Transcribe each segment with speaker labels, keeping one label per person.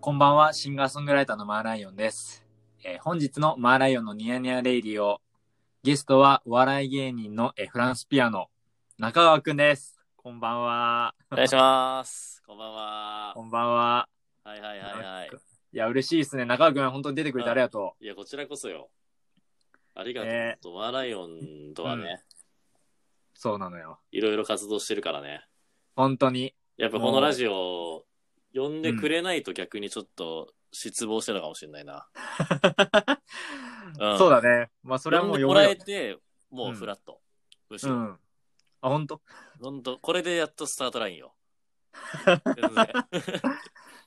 Speaker 1: こんばんは、シンガーソングライターのマーライオンです。えー本日のマーライオンのニヤニヤレイディオ、ゲストはお笑い芸人の、えーフランスピアノ、中川くんです。こんばんは。
Speaker 2: お願いします。こんばんは。
Speaker 1: こんばんは。
Speaker 2: はいはいはいはい。
Speaker 1: いや、嬉しいですね。中川くん、本当に出てくれてありがと
Speaker 2: いや、こちらこそよ。ありがとう。
Speaker 1: ね
Speaker 2: マーライオンとはね、
Speaker 1: う。そうなのよ。
Speaker 2: いろいろ活動してるからね。
Speaker 1: 本当 に。
Speaker 2: やっぱこのラジオ、呼んでくれないと逆にちょっと失望してるのかもしれないな。うん
Speaker 1: そうだね。まあ、それは
Speaker 2: 呼ん
Speaker 1: もう
Speaker 2: で
Speaker 1: 読
Speaker 2: も
Speaker 1: む
Speaker 2: らえ
Speaker 1: よ。
Speaker 2: て、もうフラット。むし
Speaker 1: う
Speaker 2: ろ、
Speaker 1: ん。あ、本当
Speaker 2: ほんと、これでやっとスタートライン よ。全然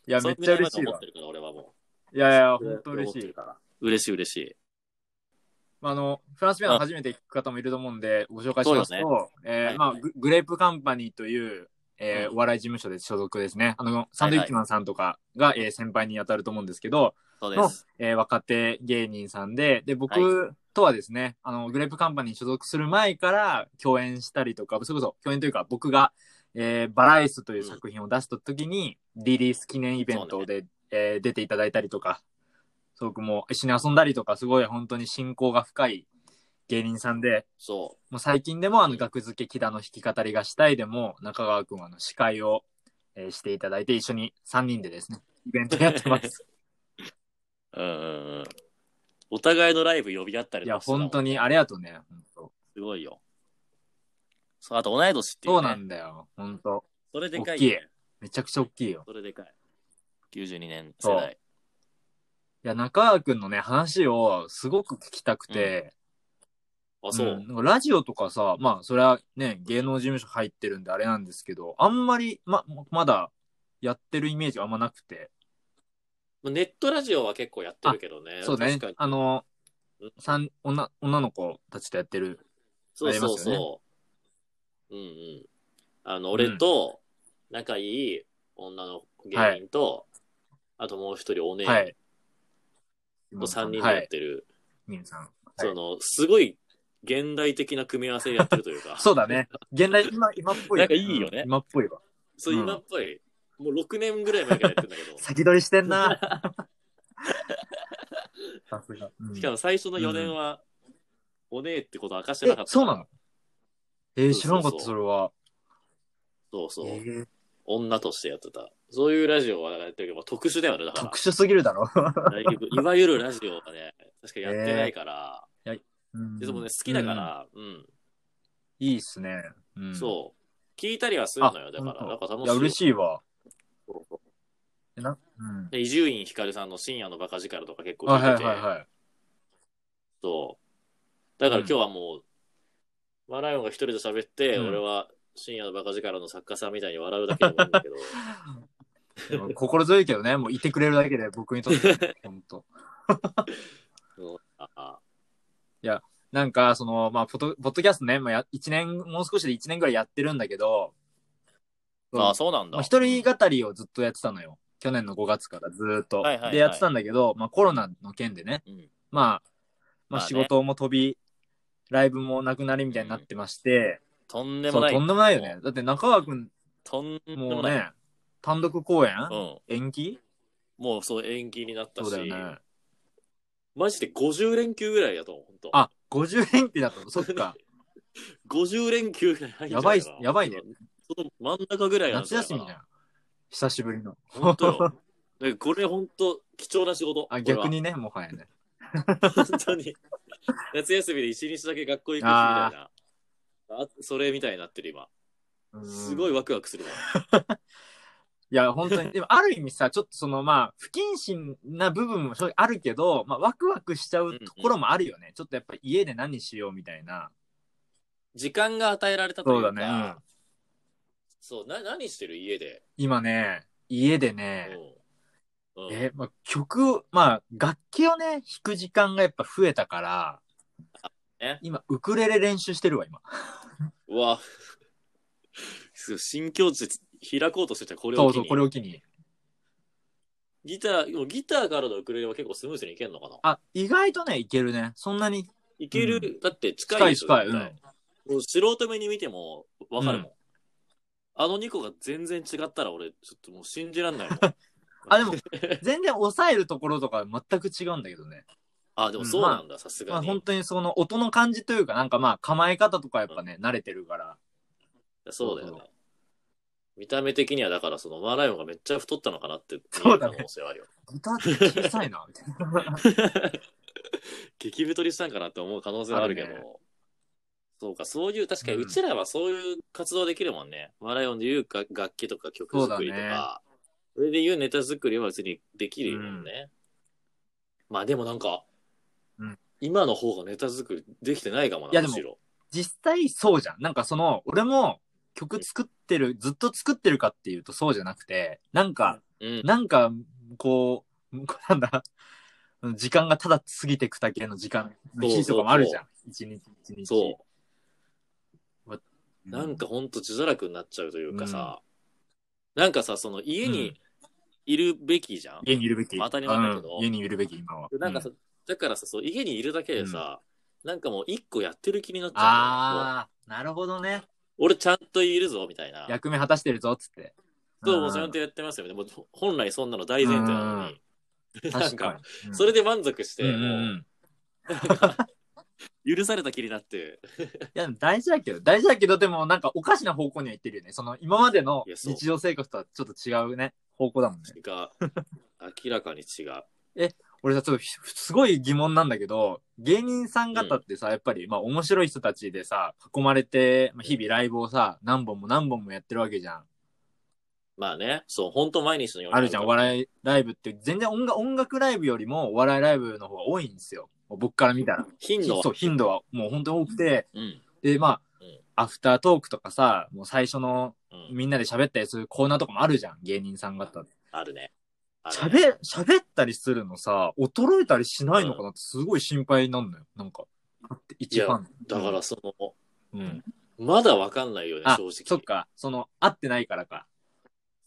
Speaker 1: いや、めっちゃ嬉しい
Speaker 2: そんぐらだと思っ
Speaker 1: わ
Speaker 2: て。るから、俺はも
Speaker 1: いやいや、
Speaker 2: う。
Speaker 1: 本当嬉し
Speaker 2: 思って
Speaker 1: い
Speaker 2: る。から。嬉しい嬉しい。
Speaker 1: まあ、あのフランスピアノ初めて聞く方もいると思うんで、ご紹介します
Speaker 2: そう
Speaker 1: と、え
Speaker 2: は
Speaker 1: ー
Speaker 2: い
Speaker 1: まあググレープカンパニーという、えー
Speaker 2: うん
Speaker 1: お笑い事務所で所属ですね。あの、サンドウィッチマンさんとかが、えー先輩に当たると思うんですけど、
Speaker 2: そうで
Speaker 1: の
Speaker 2: す。、
Speaker 1: えー若手芸人さんで、で、僕
Speaker 2: は
Speaker 1: とはですね、あの、グレープカンパニーに所属する前から共演したりとか、それこそ共演というか、僕が、えーバラエスという作品を出した時に、リリース記念イベントで、えー出ていただいたりとか、すごくもう一緒に遊んだりとか、すごい本当に親交が深い芸人さんで、
Speaker 2: そう。
Speaker 1: もう最近でもあの、学付け木田の弾き語りがしたいでも、中川くんはあの、司会を、えーしていただいて、一緒に3人でですね、イベントやってます。
Speaker 2: うんうんうんお互いのライブ呼び合ったり
Speaker 1: いや、
Speaker 2: とかしてたもん
Speaker 1: 本当にありがとうね。本当
Speaker 2: すごいよ。そう、あと同い年っていう、ね。
Speaker 1: そうなんだよ。ほんと。
Speaker 2: それでかい、
Speaker 1: 大きい
Speaker 2: ね。
Speaker 1: めちゃくちゃ大きいよ。
Speaker 2: それでかい。92年世代。
Speaker 1: いや、中川くんのね、話をすごく聞きたくて。
Speaker 2: あ、そう。
Speaker 1: んなんかラジオとかさ、まあ、それはね、芸能事務所入ってるんであれなんですけど、あんまり、ま、まだ、やってるイメージがあんまなくて。
Speaker 2: まあネットラジオは結構やってるけどね。
Speaker 1: そうね
Speaker 2: 確かに。。
Speaker 1: あの
Speaker 2: うん、
Speaker 1: 三女、女の子たちとやってる。
Speaker 2: そうそ
Speaker 1: あ
Speaker 2: う
Speaker 1: ります
Speaker 2: そう。うんうん。あの、俺と、仲いい女の芸人と、あともう一人お姉
Speaker 1: は
Speaker 2: と
Speaker 1: い。
Speaker 2: 3人で
Speaker 1: は
Speaker 2: やっ
Speaker 1: い。
Speaker 2: てる、
Speaker 1: みゆさん。い
Speaker 2: その、すごい現代的な組み合わせやってるというか。
Speaker 1: そうだね。現代、今、今っぽい。
Speaker 2: なんかいいよね
Speaker 1: うん今っぽいわ。
Speaker 2: そう、
Speaker 1: うん
Speaker 2: 今っぽい。もう6年ぐらい前からやってんだけど、
Speaker 1: 先取りしてんな。 さすが。うん
Speaker 2: しかも最初の4年は、おねえってことは明かしてなか
Speaker 1: え
Speaker 2: った。
Speaker 1: そうなのえー、
Speaker 2: そ
Speaker 1: 知
Speaker 2: うそ
Speaker 1: らな
Speaker 2: うそ
Speaker 1: かっ
Speaker 2: う
Speaker 1: た、それは。
Speaker 2: そうそう。
Speaker 1: えー
Speaker 2: 女としてやってた。そういうラジオはやってるけど、まあ特殊だよね、だか
Speaker 1: 特殊すぎるだ ろ。
Speaker 2: ら。だいぶいわゆるラジオはね、確かやってないから。でもね、好きだか
Speaker 1: うん。
Speaker 2: ら、うん、
Speaker 1: いいっすね。うん
Speaker 2: そう。聞いたりはするのよ、だか
Speaker 1: ほ
Speaker 2: ら。
Speaker 1: ん
Speaker 2: なんか楽
Speaker 1: い
Speaker 2: し
Speaker 1: や、
Speaker 2: い。
Speaker 1: 嬉しいわ。
Speaker 2: そうそう
Speaker 1: えなうん。
Speaker 2: で伊集院光さんの深夜のバカ力とか結構
Speaker 1: あ
Speaker 2: 聞い
Speaker 1: は
Speaker 2: て
Speaker 1: い
Speaker 2: て、
Speaker 1: はいはい。
Speaker 2: そう。だから今日はもう、マライオンが一人で喋って、
Speaker 1: うん
Speaker 2: 俺は深夜のバカ力の作家さんみたいに笑うだけでもいいん だけど、
Speaker 1: でも心強いけどね、もういてくれるだけで僕にと って、本当。
Speaker 2: そうああ
Speaker 1: なんか、その、まあ、ポトポッドキャストね、まあ、や一年、もう少しで1年ぐらいやってるんだけど、
Speaker 2: ああ、そうなんだ。
Speaker 1: まあ、一人語りをずっとやってたのよ。去年の5月からずーっと。
Speaker 2: はいはいはい
Speaker 1: で、やってたんだけど、まあ、コロナの件でね、
Speaker 2: うん
Speaker 1: まあ、ま
Speaker 2: まあ
Speaker 1: あ、
Speaker 2: ね
Speaker 1: 仕事も飛び、ライブもなくなりみたいになってまして、
Speaker 2: とんでも
Speaker 1: そう
Speaker 2: な
Speaker 1: と
Speaker 2: い
Speaker 1: ん。でもないよね。だって中川くん、
Speaker 2: とんで
Speaker 1: も
Speaker 2: も
Speaker 1: う
Speaker 2: ない。
Speaker 1: ね、単独公演、
Speaker 2: うん。
Speaker 1: 延期
Speaker 2: もうそう延期になった
Speaker 1: そうだよ
Speaker 2: し、
Speaker 1: ね。
Speaker 2: マジで50連休ぐらいだと思う、ほんと。
Speaker 1: あ、50連休だった。そっか。
Speaker 2: 50連休ぐらい入んじゃ
Speaker 1: や
Speaker 2: な
Speaker 1: ば
Speaker 2: い
Speaker 1: い
Speaker 2: かな、
Speaker 1: やばいね。
Speaker 2: その真ん中ぐ らいなん
Speaker 1: 夏
Speaker 2: じゃない
Speaker 1: 休
Speaker 2: か
Speaker 1: み
Speaker 2: な
Speaker 1: じゃん。久しぶりの。
Speaker 2: ほんとよ。だからこれほんと貴重な仕事。
Speaker 1: あ、
Speaker 2: これは
Speaker 1: 逆。にね、もはやね。
Speaker 2: 本当に。夏休みで一日だけ学校行く日みたいな。あそれみたいになってる今。
Speaker 1: うん
Speaker 2: すごいワクワクするわ。
Speaker 1: いや、本当に。でも、ある意味さ、ちょっとその、まあ、不謹慎な部分も正直あるけど、まあ、ワクワクしちゃうところもあるよね。ちょっとやっぱり家で何しようみたいな。
Speaker 2: 時間が与えられたと
Speaker 1: そ
Speaker 2: いううか。
Speaker 1: だね。うん
Speaker 2: そうな何してる家で。
Speaker 1: 今ね、家でね、
Speaker 2: うんうん
Speaker 1: え、まあ、曲を、まあ、楽器をね、弾く時間がやっぱ増えたから、
Speaker 2: ね
Speaker 1: 今、ウクレレ練習してるわ、今。
Speaker 2: うわ。すごい新境地開こうとしてたこれ
Speaker 1: そ
Speaker 2: を
Speaker 1: う
Speaker 2: 機
Speaker 1: そう、
Speaker 2: に
Speaker 1: これを機に。
Speaker 2: ギター、でもギターからのウクレレは結構スムーズにいけるのかな
Speaker 1: あ、意外とね、いけるね。そんなに
Speaker 2: いける、だって近
Speaker 1: 近
Speaker 2: いで
Speaker 1: い
Speaker 2: しょ
Speaker 1: 近い。う
Speaker 2: 絶対
Speaker 1: ん。
Speaker 2: もう素人目に見てもわかるもん。
Speaker 1: う
Speaker 2: あの2個が全然違ったら俺、ちょっともう信じらんないもん。
Speaker 1: あ、でも、全然抑えるところとか全く違うんだけどね。
Speaker 2: あ、でもそうなんだ、さす
Speaker 1: ま
Speaker 2: が
Speaker 1: あ
Speaker 2: に。
Speaker 1: 本当にその音の感じというか、なんかまあ構え方とかやっぱね、慣れてるから。
Speaker 2: そうだよ
Speaker 1: そう
Speaker 2: ね。見た目的には、だから、そのマーライオンがめっちゃ太ったのかなって、
Speaker 1: そうだね
Speaker 2: 可能性はあるよ。
Speaker 1: 豚って小さいな、みたいな。
Speaker 2: 激太りしたんかなって思う可能性はあるけど、
Speaker 1: あるね
Speaker 2: そうか、そういう、確かに
Speaker 1: うん
Speaker 2: うちらはそういう活動できるもんね。マーライオンでいうか楽器とか曲作りと
Speaker 1: そうだ
Speaker 2: か、それでいうネタ作りは別にできるもんね。まあでもなんか、
Speaker 1: うん
Speaker 2: 今の方がネタ作りできてないかもな、
Speaker 1: いやでも
Speaker 2: むしろ。
Speaker 1: 実際そうじゃん。なんかその、俺も曲作ってる、ずっと作ってるかっていうとそうじゃなくて、なんか、
Speaker 2: うん。
Speaker 1: なんか、こう、なんだ、時間がただ過ぎてくだけの時間の日とかもあるじゃん。一日一日。
Speaker 2: そう。
Speaker 1: う
Speaker 2: なんかほんと自堕落になっちゃうというかさ、なんかさ、その家
Speaker 1: う
Speaker 2: に
Speaker 1: ん
Speaker 2: いるべきじゃん。
Speaker 1: 家にいるべき。
Speaker 2: 当たり前だけど
Speaker 1: うん家にいるべき、今は。
Speaker 2: なんかさ、だからさ、そう家にいるだけでさ、なんかもう一個やってる気になっちゃうんだよね。もう
Speaker 1: ああ、なるほどね。
Speaker 2: 俺ちゃんといるぞみたいな。
Speaker 1: 役目果たしてるぞ、つって。
Speaker 2: そう、も
Speaker 1: ん
Speaker 2: うちゃんとやってますよね。もう本来そんなの大前提なのに。 な
Speaker 1: 確
Speaker 2: ん
Speaker 1: か
Speaker 2: か、
Speaker 1: に。うん
Speaker 2: それで満足して、
Speaker 1: うんうんう
Speaker 2: も
Speaker 1: ん
Speaker 2: う許された気になって。
Speaker 1: いや、でも大事だけど、大事だけど、でもなんかおかしな方向には行ってるよね。その今までの
Speaker 2: いやそう
Speaker 1: 日常生活とはちょっと違うね、方向だもんね。
Speaker 2: が、 明らかに違う。
Speaker 1: 俺さ、ちょっとひすごい疑問なんだけど、芸人さん方ってさ、やっぱり、まあ面白い人たちでさ、囲まれて、まあ、日々ライブをさ、何本も何本もやってるわけじゃん。
Speaker 2: まあね、そう、本当毎日のように。
Speaker 1: あるじゃん、お笑いライブって、全然音楽音楽ライブよりもお笑いライブの方が多いんですよ。もう僕から見たら。
Speaker 2: 頻度
Speaker 1: そう、頻度はもう本当に多くて、
Speaker 2: うん。
Speaker 1: で、まあ、
Speaker 2: うん
Speaker 1: アフタートークとかさ、もう最初の
Speaker 2: うん。
Speaker 1: みんなで喋ったりするコーナーとかもあるじゃん、芸人さん方って。
Speaker 2: あるね。あるね
Speaker 1: 喋、喋ったりするのさ、衰えたりしないのかなってすごい心配になるのよ。なんか、だって一番。
Speaker 2: だからその、
Speaker 1: うん。
Speaker 2: まだわかんないよね、
Speaker 1: あ
Speaker 2: 正直。
Speaker 1: そっか、その、会ってないからか。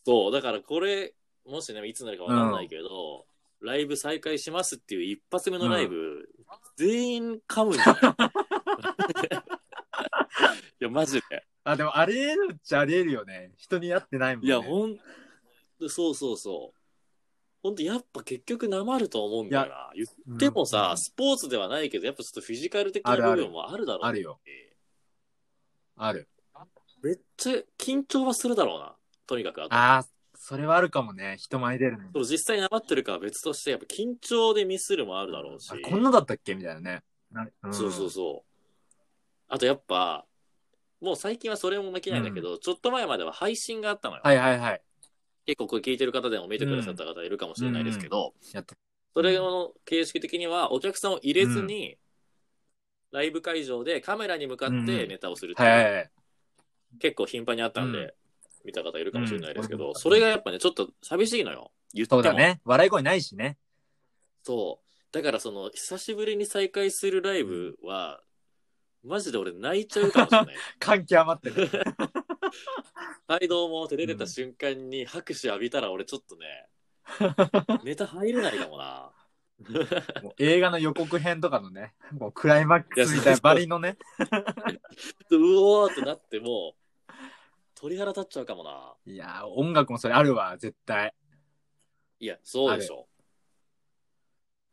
Speaker 2: そう、だからこれ、もしね、いつになるかわかんないけど、ライブ再開しますっていう一発目のライブ、全員噛 むんじゃないいや、マジで。
Speaker 1: あ、でもあり得るっちゃあり得るよね。人に会ってないもんね。
Speaker 2: いや、ほん、そうそうそう。ほんと、やっぱ結局なまると思うんだよな。言ってもさ、
Speaker 1: うん
Speaker 2: スポーツではないけど、やっぱちょっとフィジカル的
Speaker 1: あ
Speaker 2: な
Speaker 1: るあ
Speaker 2: 部
Speaker 1: る
Speaker 2: 分もあるだろうし
Speaker 1: あるよ。ある。
Speaker 2: めっちゃ緊張はするだろうな。とにかく、あと
Speaker 1: ああ、それはあるかもね。人前出るの。
Speaker 2: その実際に余ってるかは別として、やっぱ緊張でミスるもあるだろうし
Speaker 1: あ。れこんなだったっけみたいなね。なうん
Speaker 2: そうそうそう。あとやっぱ、もう最近はそれもできないんだけど、ちょっと前までは配信があったのよ。
Speaker 1: はいはいはい。
Speaker 2: 結構これ聞いてる方でも見てくださった方いるかもしれないですけど、
Speaker 1: やった。
Speaker 2: それの形式的にはお客さんを入れずに、ライブ会場でカメラに向かっ
Speaker 1: うんう
Speaker 2: て
Speaker 1: ん
Speaker 2: ネタをするって
Speaker 1: はいはい
Speaker 2: いう、
Speaker 1: はい。
Speaker 2: 結構頻繁にあった
Speaker 1: う
Speaker 2: ん
Speaker 1: ん
Speaker 2: で、見た方いるかもしれないですけ
Speaker 1: うん
Speaker 2: ど、
Speaker 1: うん
Speaker 2: それがやっぱね、ちょっと寂しいのよ。言って
Speaker 1: そう
Speaker 2: も。
Speaker 1: だね。笑い声ないしね。
Speaker 2: そう。だからその、久しぶりに再会するライブは、マジで俺泣いちゃうかもし れない。
Speaker 1: 歓喜余ってる。
Speaker 2: はい、どうも、照れれた瞬間に拍手浴びたら俺ちょっ とね、ネタ入れないかもな。
Speaker 1: もう映画の予告編とかのね、もうクライマックスみたいなバリのね。
Speaker 2: うおーってなっても、鳥肌立っちゃうかもな。
Speaker 1: いやー、音楽もそれあるわ、絶対。
Speaker 2: いや、そうでしょ。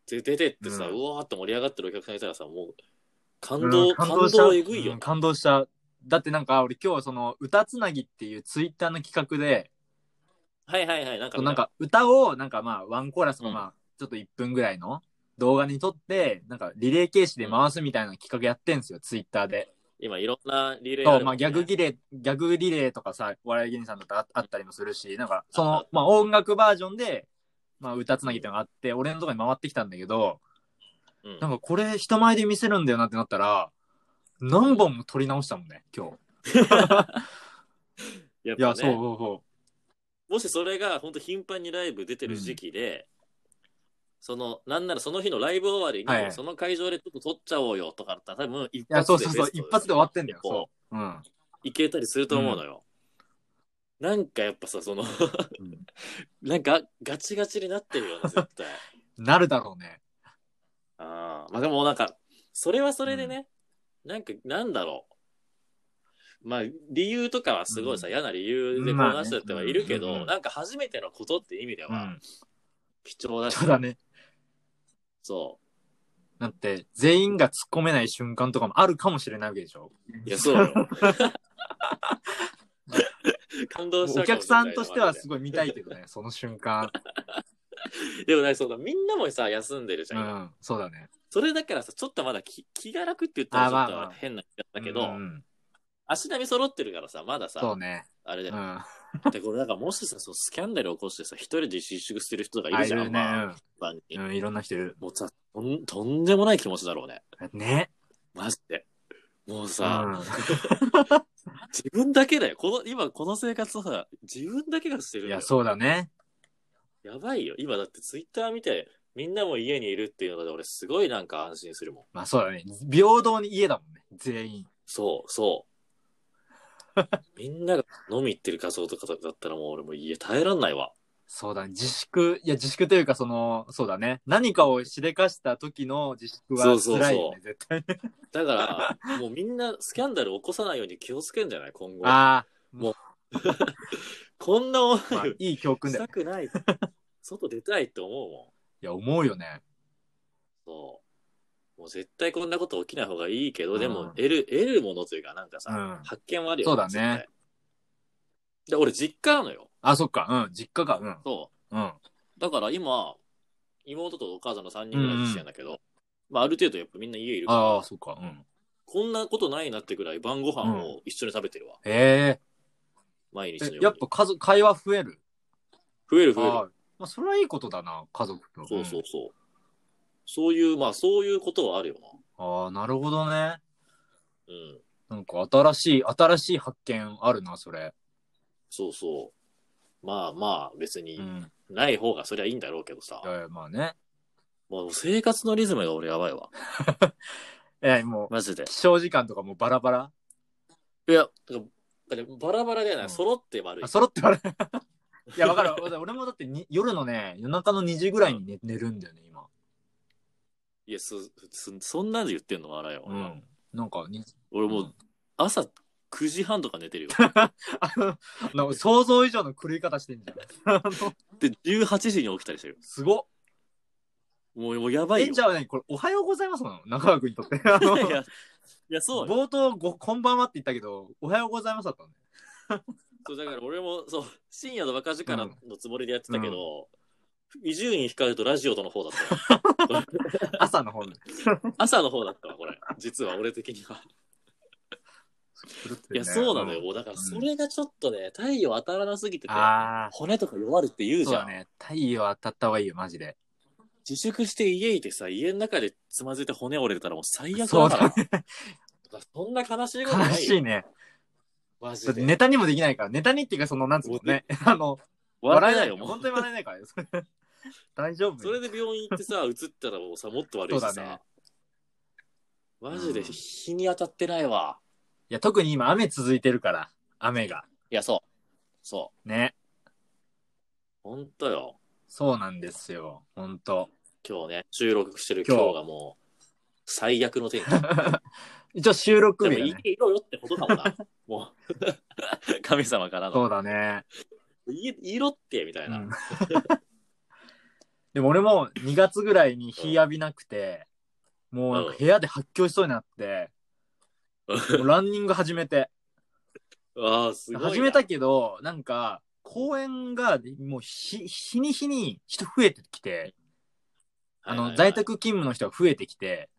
Speaker 2: で、出てってさ、
Speaker 1: う
Speaker 2: うんおーって盛り上がってるお客さんいたらさ、もう、感動、感動
Speaker 1: しちゃう
Speaker 2: えぐいよ
Speaker 1: うん
Speaker 2: な。
Speaker 1: 感動した。だってなんか、俺今日その、歌つなぎっていうツイッターの企画で、
Speaker 2: はいはいはい、なんか見た、
Speaker 1: なんか歌を、なんかまあ、ワンコーラスの
Speaker 2: うん
Speaker 1: まあ、ちょっと1分ぐらいの動画に撮って、なんかリレー形式で回すみたいな企画やってんすよ、ツイッターで。
Speaker 2: 今いろんなリレー
Speaker 1: そ
Speaker 2: あ
Speaker 1: う、
Speaker 2: る
Speaker 1: ま
Speaker 2: も
Speaker 1: あ、
Speaker 2: んね
Speaker 1: ギャグリレー、ギャグリレーとかさ、お笑い芸人さんだとああったりもするし、なんか、そ
Speaker 2: ああ
Speaker 1: の、まあ、音楽バージョンで、まあ、歌つなぎっていうのがあって、俺のとこに回ってきたんだけど、
Speaker 2: うん
Speaker 1: なんかこれ人前で見せるんだよなってなったら、何本も撮り直したもんね、今日。
Speaker 2: やっ
Speaker 1: いや、
Speaker 2: ぱ
Speaker 1: そう
Speaker 2: ね、
Speaker 1: そうそ
Speaker 2: もしそれが本当頻繁にライブ出てる時期で、そのなんならその日のライブ終わりに、
Speaker 1: はいはい
Speaker 2: その会場でちょっと撮っちゃおうよとかだったら多分
Speaker 1: う。
Speaker 2: 一
Speaker 1: いや、
Speaker 2: 発
Speaker 1: そ
Speaker 2: で
Speaker 1: うそうそう、
Speaker 2: ベスト
Speaker 1: 一発で終わってんだよ、
Speaker 2: 結構
Speaker 1: そう。うん。
Speaker 2: いけたりすると思うのよ、なんかやっぱさその なんかガチガチになってるよね絶 対
Speaker 1: なるだろうね。
Speaker 2: あーまあでもなんかそれはそれでね、なんかなんだろまあ、理由とかはすごいさ、嫌な理由でこうな人だってはいるけど、
Speaker 1: まあねうん
Speaker 2: なんか初めてのことって意味では、
Speaker 1: うん。
Speaker 2: 貴重だし
Speaker 1: そう、だね。
Speaker 2: そ
Speaker 1: だって、全員が突っ込めない瞬間とかもあるかもしれないわけでしょ。
Speaker 2: う。いや、そうよ。 感動した
Speaker 1: お客さんとしてはすごい見たいけどね、その瞬間。
Speaker 2: でもね、そうだ、みんなもさ、休んでるじ
Speaker 1: う
Speaker 2: ゃん。今
Speaker 1: ん、そうだね。
Speaker 2: それだからさ、ちょっとまだ気気が楽って言ったらちょっ
Speaker 1: あまあまあ
Speaker 2: と変な気がだけど、
Speaker 1: うんうん
Speaker 2: 足並み揃ってるからさ、まだ
Speaker 1: そう
Speaker 2: さ、
Speaker 1: ね。
Speaker 2: あれだ
Speaker 1: うん。
Speaker 2: よ。で、これなんかもしさ、そうスキャンダル起こしてさ、一人で失粛する人とかい
Speaker 1: あ
Speaker 2: る
Speaker 1: い
Speaker 2: じゃん、
Speaker 1: る
Speaker 2: まあ
Speaker 1: ね。
Speaker 2: 一般に
Speaker 1: うん、いろんな人いる。
Speaker 2: もうさとん、とんでもない気持ちだろうね。
Speaker 1: ね。
Speaker 2: マジで。もう
Speaker 1: う
Speaker 2: さ、
Speaker 1: ん。
Speaker 2: 自分だけだよ。この、今この生活をさ、自分だけがしてる
Speaker 1: い
Speaker 2: ん
Speaker 1: や、
Speaker 2: だよ。
Speaker 1: そうだね。
Speaker 2: やばいよ。今だってツイッター見て、みんなも家にいるっていうので、俺すごいなんか安心するもん。
Speaker 1: まあそうだね。平等に家だもんね。全員。
Speaker 2: そ う、そう。みんなが飲み行ってる画像とかだったらもう俺も家耐えらんないわ。
Speaker 1: そうだね。自粛、いや、自粛というか、その、そうだね。何かをしでかした時の自粛は
Speaker 2: そうそうそう
Speaker 1: 辛いよね、絶対ね。
Speaker 2: だから、もうみんなスキャンダル起こさないように気をつけんじゃない今後。
Speaker 1: あ
Speaker 2: こんな思い
Speaker 1: あ、まあ、いい教訓
Speaker 2: し
Speaker 1: だよ
Speaker 2: た。く ない。外出たいって思うもん。
Speaker 1: いや、思うよね。
Speaker 2: そう。もう絶対こんなこと起きない方がいいけど、で
Speaker 1: うん
Speaker 2: も得る、得るものというか、なんかさ、
Speaker 1: うん
Speaker 2: 発見はあるよ
Speaker 1: そうだね
Speaker 2: 絶対。で、俺実家なのよ。
Speaker 1: あ、そっか。うん。実家か。うん。
Speaker 2: そ
Speaker 1: うん。
Speaker 2: う。だから今、妹とお母さんの3人ぐらいでしてんだけど、まあある程度やっぱみんな家いるから
Speaker 1: ああ、、そっか。うん。
Speaker 2: こんなことないなってぐらい晩ご飯を一緒に食べてるわ。
Speaker 1: へ
Speaker 2: 毎日
Speaker 1: え
Speaker 2: のように。
Speaker 1: やっぱ家族、会話増える。
Speaker 2: 増える
Speaker 1: あ
Speaker 2: 増える。
Speaker 1: ーまあ、それはいいことだな、家族と。
Speaker 2: そうそううそう。そういう、まあそういうことはあるよな。
Speaker 1: ん。ああ、なるほどね。
Speaker 2: うん。
Speaker 1: なんか新しい、新しい発見あるな、それ。
Speaker 2: そうそう。まあまあ別
Speaker 1: う
Speaker 2: に
Speaker 1: ん。
Speaker 2: ない方がそりゃいいんだろうけどさ。
Speaker 1: いやいや、まあね。
Speaker 2: もう生活のリズムが俺やばいわ。
Speaker 1: えー、もう、
Speaker 2: マジで。
Speaker 1: 起床時間とかもうバラバラ。
Speaker 2: いや、だからだからバラバラじゃな
Speaker 1: うん
Speaker 2: い。揃って悪い。
Speaker 1: あ揃って笑う いや、わかる。俺もだってに夜のね、夜中の2時ぐらいに寝寝るんだよね、今。
Speaker 2: いや、そ、そそんなんで言ってんの笑いよ。
Speaker 1: う
Speaker 2: 俺は
Speaker 1: ん。なんかに、
Speaker 2: 俺も
Speaker 1: う
Speaker 2: う朝9時半とか 寝てるよ。
Speaker 1: あの、 なんか想像以上の狂い方してんじゃん。あの
Speaker 2: で、18時に起きたりしてる。
Speaker 1: すごっ。
Speaker 2: もう、もうやばい
Speaker 1: え、
Speaker 2: よ。
Speaker 1: じゃあね、これ、おはようございますなの中川くんにと って。あの
Speaker 2: いや、いやそうよ
Speaker 1: 冒頭ご、こんばんはって言ったけど、おはようございますだったのね。
Speaker 2: そう。だから俺も、そう、深夜のバカ時からのつもりでやってたけど、伊集院光とラジオとの方 だったよ。
Speaker 1: 朝の方に。
Speaker 2: 朝の方だったわ、これ。実は俺的 には。いや、そうなのよ。もうだから、それがちょっとね、太陽当たらなすぎてて、
Speaker 1: あ
Speaker 2: 骨とか弱るって言
Speaker 1: あ、
Speaker 2: う
Speaker 1: そう
Speaker 2: じゃ
Speaker 1: だ
Speaker 2: ん。
Speaker 1: ね。太陽当たった方がいいよ、マジで。
Speaker 2: 自粛して家いてさ、家の中でつまずいて骨折れたらもう最悪だ
Speaker 1: そう
Speaker 2: か
Speaker 1: だ
Speaker 2: ら。そんな悲しいことな
Speaker 1: 悲
Speaker 2: いよ。
Speaker 1: しいね。
Speaker 2: マジ
Speaker 1: だって
Speaker 2: で。
Speaker 1: ネタにもできないから、ネタにっていうか、その、なんつうのね。あの、
Speaker 2: 笑えないよ、もう
Speaker 1: 本。当に笑えないからね。そ れ大丈夫
Speaker 2: それで病院行っ てさ、移ったらもうさ、もっと悪いし
Speaker 1: そうだね
Speaker 2: さ。マジで日に当たってないわ。
Speaker 1: いや、特に今雨続いてるから、雨が。
Speaker 2: いや、そう。そう。
Speaker 1: ね。
Speaker 2: ほんとよ。
Speaker 1: そうなんですよ。ほんと。
Speaker 2: 今日ね、収録してる
Speaker 1: 今
Speaker 2: 今
Speaker 1: 日
Speaker 2: 日がもう、最悪の天気。
Speaker 1: 一応収録
Speaker 2: で
Speaker 1: 日
Speaker 2: も
Speaker 1: だ、ね。
Speaker 2: 家いろよってことかも な。もう。 神様から
Speaker 1: そう
Speaker 2: の。
Speaker 1: だね。
Speaker 2: 家いろって、みたいうな。
Speaker 1: ん でも俺も2月ぐらいに日浴びなくて、もうなんか部屋で発狂しそうになって、もうランニング始めて。
Speaker 2: ああ、すごいな。
Speaker 1: 始めたけど、なんか、公園がもう日日に日に人増えてきて、あ
Speaker 2: はいはい
Speaker 1: の、
Speaker 2: はい
Speaker 1: 在宅勤務の人が増えてきて、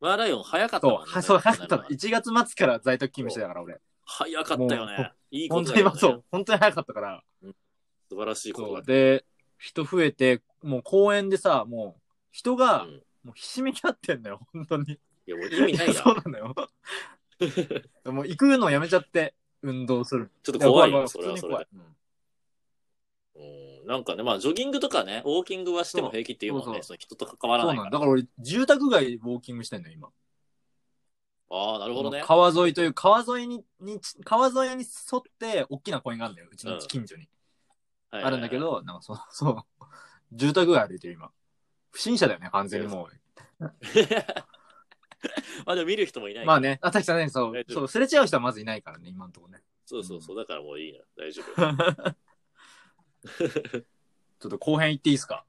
Speaker 2: マーライオン早かったも
Speaker 1: そう、
Speaker 2: ん
Speaker 1: はそう、
Speaker 2: な
Speaker 1: 早
Speaker 2: ん
Speaker 1: か
Speaker 2: か
Speaker 1: ったの。1月末から在宅勤務してたから、俺。
Speaker 2: 早かったよね。いいこ
Speaker 1: 本
Speaker 2: と
Speaker 1: 当
Speaker 2: だ
Speaker 1: に、
Speaker 2: よ
Speaker 1: ま
Speaker 2: ね
Speaker 1: あそう、本当に早かったから。
Speaker 2: 素晴らしいこと
Speaker 1: そ
Speaker 2: だ
Speaker 1: う。で、人増えて、もう公園でさ、もう、人が、
Speaker 2: うん
Speaker 1: もうひしめき合ってんのよ、本当に。
Speaker 2: いや、もう意味ないな。ち
Speaker 1: そ
Speaker 2: ょ
Speaker 1: うなのよ。もう行くのやめちゃって、運動する。
Speaker 2: っと怖い
Speaker 1: や
Speaker 2: よ、それは
Speaker 1: 普通
Speaker 2: そ
Speaker 1: に
Speaker 2: れ
Speaker 1: 怖
Speaker 2: で
Speaker 1: い。。うん
Speaker 2: うんなんかね、まあ、ジョギングとかね、ウォーキングはしても平気って言うもんね。その人と関わら
Speaker 1: そ
Speaker 2: な
Speaker 1: う
Speaker 2: い
Speaker 1: なんだ。
Speaker 2: から。
Speaker 1: だから俺、住宅街でウォーキングしてんのよ、今。
Speaker 2: ああ、なるほどね。
Speaker 1: 川沿いという、川沿いに、に川沿いに沿って、大きな公園があるんだよ、うちの近所に。
Speaker 2: はい
Speaker 1: あるんだけ。ど、なんかそう、 そう。住宅街歩いてる今。不審者だよね、完全にもう。
Speaker 2: まあでも見る人もいない。
Speaker 1: まあね、あ、たきさんね、そう
Speaker 2: 大、丈夫
Speaker 1: そう、すれ違う人はまずいないからね、今のところね。
Speaker 2: そうそうそう、だからもういいな、大丈
Speaker 1: ちょっと後編行っていいですか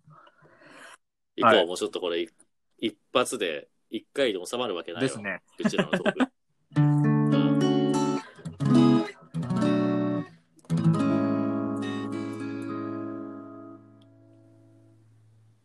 Speaker 2: 夫。以
Speaker 1: はい
Speaker 2: 降もうちょっとこれ、一発で、一回で収まるわけないわ
Speaker 1: ですね。
Speaker 2: うちらのトーク。